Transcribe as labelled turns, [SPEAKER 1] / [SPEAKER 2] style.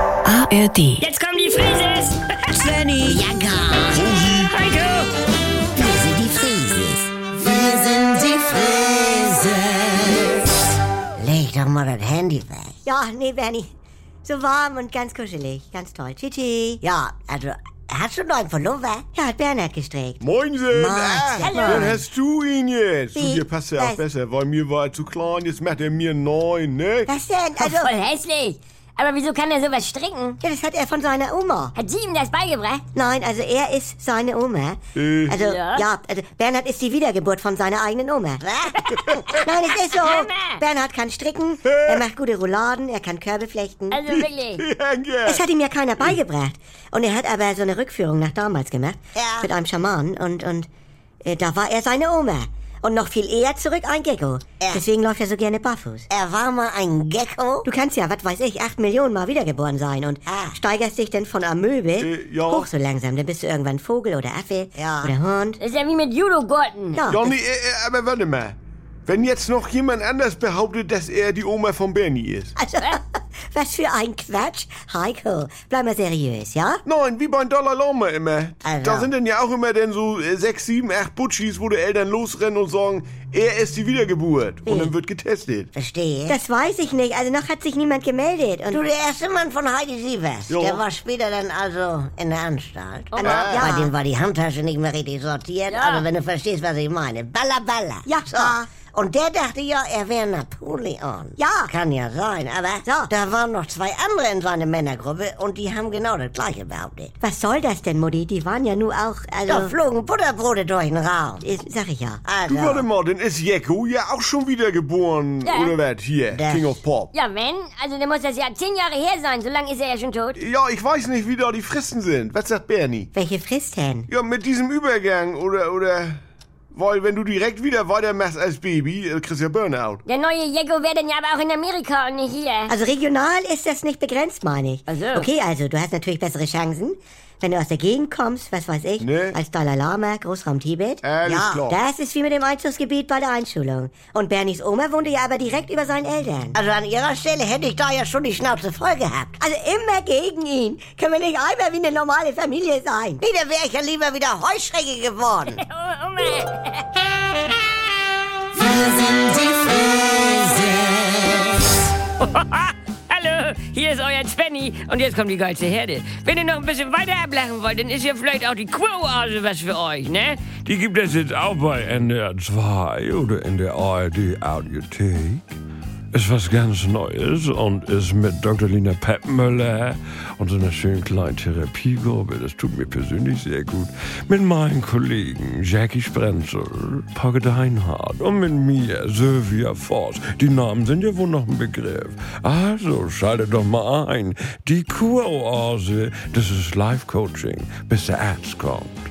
[SPEAKER 1] ARD.
[SPEAKER 2] Jetzt kommen die Frises!
[SPEAKER 3] Svenny.
[SPEAKER 4] Ja, gar.
[SPEAKER 2] Heiko!
[SPEAKER 4] Wir sind die Frieses. Wir sind die Frieses. Leg doch mal das Handy weg.
[SPEAKER 3] Ja, nee, Bernie. So warm und ganz kuschelig. Ganz toll. Tschüssi.
[SPEAKER 4] Ja, also, hast du noch einen Pullover?
[SPEAKER 3] Ja, hat Bernhard gestrickt.
[SPEAKER 5] Moinsen!
[SPEAKER 4] Moinsen.
[SPEAKER 5] Ah,
[SPEAKER 3] Hallo.
[SPEAKER 5] Dann hast du ihn jetzt. Zu
[SPEAKER 3] Wie?
[SPEAKER 5] dir passt er auch
[SPEAKER 3] Was?
[SPEAKER 5] besser, weil mir war er zu klein. Jetzt macht er mir einen neuen, ne?
[SPEAKER 3] Was denn? Also,
[SPEAKER 4] Oh,
[SPEAKER 6] Voll hässlich. Aber wieso kann er sowas stricken?
[SPEAKER 3] ja, das hat er von seiner Oma.
[SPEAKER 6] Hat sie ihm das beigebracht?
[SPEAKER 3] Nein, also er ist seine Oma.
[SPEAKER 5] Äh.
[SPEAKER 3] Also,
[SPEAKER 6] Ja?
[SPEAKER 3] ja, also Bernhard ist die Wiedergeburt von seiner eigenen Oma. Nein, es ist so.
[SPEAKER 6] Mama.
[SPEAKER 3] Bernhard kann stricken, er macht gute Rouladen, er kann Körbe flechten.
[SPEAKER 6] Also wirklich.
[SPEAKER 5] Danke.
[SPEAKER 3] Es hat ihm ja keiner beigebracht. Und er hat aber so eine Rückführung nach damals gemacht.
[SPEAKER 4] Ja.
[SPEAKER 3] Mit einem Schamanen. Und, und äh, da war er seine Oma. Und noch viel eher zurück ein Gecko.
[SPEAKER 4] Ja.
[SPEAKER 3] Deswegen läuft er so gerne barfuß.
[SPEAKER 4] Er war mal ein Gecko.
[SPEAKER 3] Du kannst ja, was weiß ich, acht Millionen Mal wiedergeboren sein und
[SPEAKER 4] Ah.
[SPEAKER 3] steigerst dich dann von Amöbe
[SPEAKER 5] Äh, ja.
[SPEAKER 3] hoch so langsam. Dann bist du irgendwann Vogel oder Affe
[SPEAKER 4] Ja.
[SPEAKER 3] oder Hund.
[SPEAKER 6] Das ist ja wie mit Judo-Gurten.
[SPEAKER 3] Ja,
[SPEAKER 5] Johnny, äh, äh, aber warte mal. Wenn jetzt noch jemand anders behauptet, dass er die Oma von Bernie ist.
[SPEAKER 3] also, was für ein Quatsch. Heiko, bleib mal seriös, ja?
[SPEAKER 5] Nein, wie beim Dollar Loma immer.
[SPEAKER 4] Also.
[SPEAKER 5] Da sind dann ja auch immer dann so äh, sechs, sieben, acht Butschis, wo die Eltern losrennen und sagen, er ist die Wiedergeburt. Und dann wird getestet.
[SPEAKER 4] Verstehe.
[SPEAKER 3] Das weiß ich nicht. Also noch hat sich niemand gemeldet. Und
[SPEAKER 4] du, der erste Mann von Heidi Sievers.
[SPEAKER 5] Jo.
[SPEAKER 4] Der war später dann also in der Anstalt.
[SPEAKER 6] Oh,
[SPEAKER 4] Aber
[SPEAKER 3] ja.
[SPEAKER 4] Bei dem war die Handtasche nicht mehr richtig sortiert.
[SPEAKER 6] Ja.
[SPEAKER 4] Also, wenn du verstehst, was ich meine. Balla, balla.
[SPEAKER 3] Ja.
[SPEAKER 4] So. Und der dachte ja, er wäre Napoleon.
[SPEAKER 3] Ja.
[SPEAKER 4] Kann ja sein, aber
[SPEAKER 3] So.
[SPEAKER 4] da waren noch zwei andere in seiner Männergruppe und die haben genau das gleiche behauptet.
[SPEAKER 3] was soll das denn, Mutti? Die waren ja nur auch, also...
[SPEAKER 4] Da flogen Butterbrote durch den Raum.
[SPEAKER 3] Ist- Sag ich ja.
[SPEAKER 5] Du, warte
[SPEAKER 4] Also,
[SPEAKER 5] mal, dann ist Jekko ja auch schon wiedergeboren.
[SPEAKER 6] Ja.
[SPEAKER 5] Oder was? Hier,
[SPEAKER 4] Das-
[SPEAKER 5] King of Pop.
[SPEAKER 6] Ja, wenn? Also dann muss das ja zehn Jahre her sein. So lange ist er ja schon tot.
[SPEAKER 5] Ja, ich weiß nicht, wie da die Fristen sind. Was sagt Bernie?
[SPEAKER 3] Welche Frist denn?
[SPEAKER 5] Ja, mit diesem Übergang oder, oder... Weil, wenn du direkt wieder weitermachst als Baby, äh, kriegst du ja Burnout.
[SPEAKER 6] Der neue Jekko wäre dann ja aber auch in Amerika und nicht hier.
[SPEAKER 3] Also regional ist das nicht begrenzt, meine ich.
[SPEAKER 6] Ach so.
[SPEAKER 3] Okay, also du hast natürlich bessere Chancen, wenn du aus der Gegend kommst, was weiß ich,
[SPEAKER 5] Nee.
[SPEAKER 3] als Dalai Lama, Großraum Tibet.
[SPEAKER 5] Alles
[SPEAKER 3] ja,
[SPEAKER 5] klar.
[SPEAKER 3] das ist wie mit dem Einzugsgebiet bei der Einschulung. Und Bernies Oma wohnte ja aber direkt über seinen Eltern.
[SPEAKER 4] also an ihrer Stelle hätte ich da ja schon die Schnauze voll gehabt.
[SPEAKER 3] Also immer gegen ihn. Können wir nicht einmal wie eine normale Familie sein?
[SPEAKER 4] Nee, da wäre ich ja lieber wieder Heuschrecke geworden.
[SPEAKER 6] Oh, Oma.
[SPEAKER 2] Hallo, hier ist euer Svenny und jetzt kommt die geilste Herde. Wenn ihr noch ein bisschen weiter ablachen wollt, dann ist hier vielleicht auch die Quo-Ase was für euch, ne?
[SPEAKER 7] Die gibt es jetzt auch bei NDR 2 oder in der ARD Audiothek. Ist was ganz Neues und ist mit Dr. Lina Peppmüller und so einer schönen kleinen Therapiegruppe, das tut mir persönlich sehr gut, mit meinen Kollegen Jackie Sprenzel, Pogge Deinhardt und mit mir Sylvia Voss. Die Namen sind ja wohl noch ein Begriff. Also schaltet doch mal ein. Die Kuroase, das ist Life-Coaching, bis der Arzt kommt.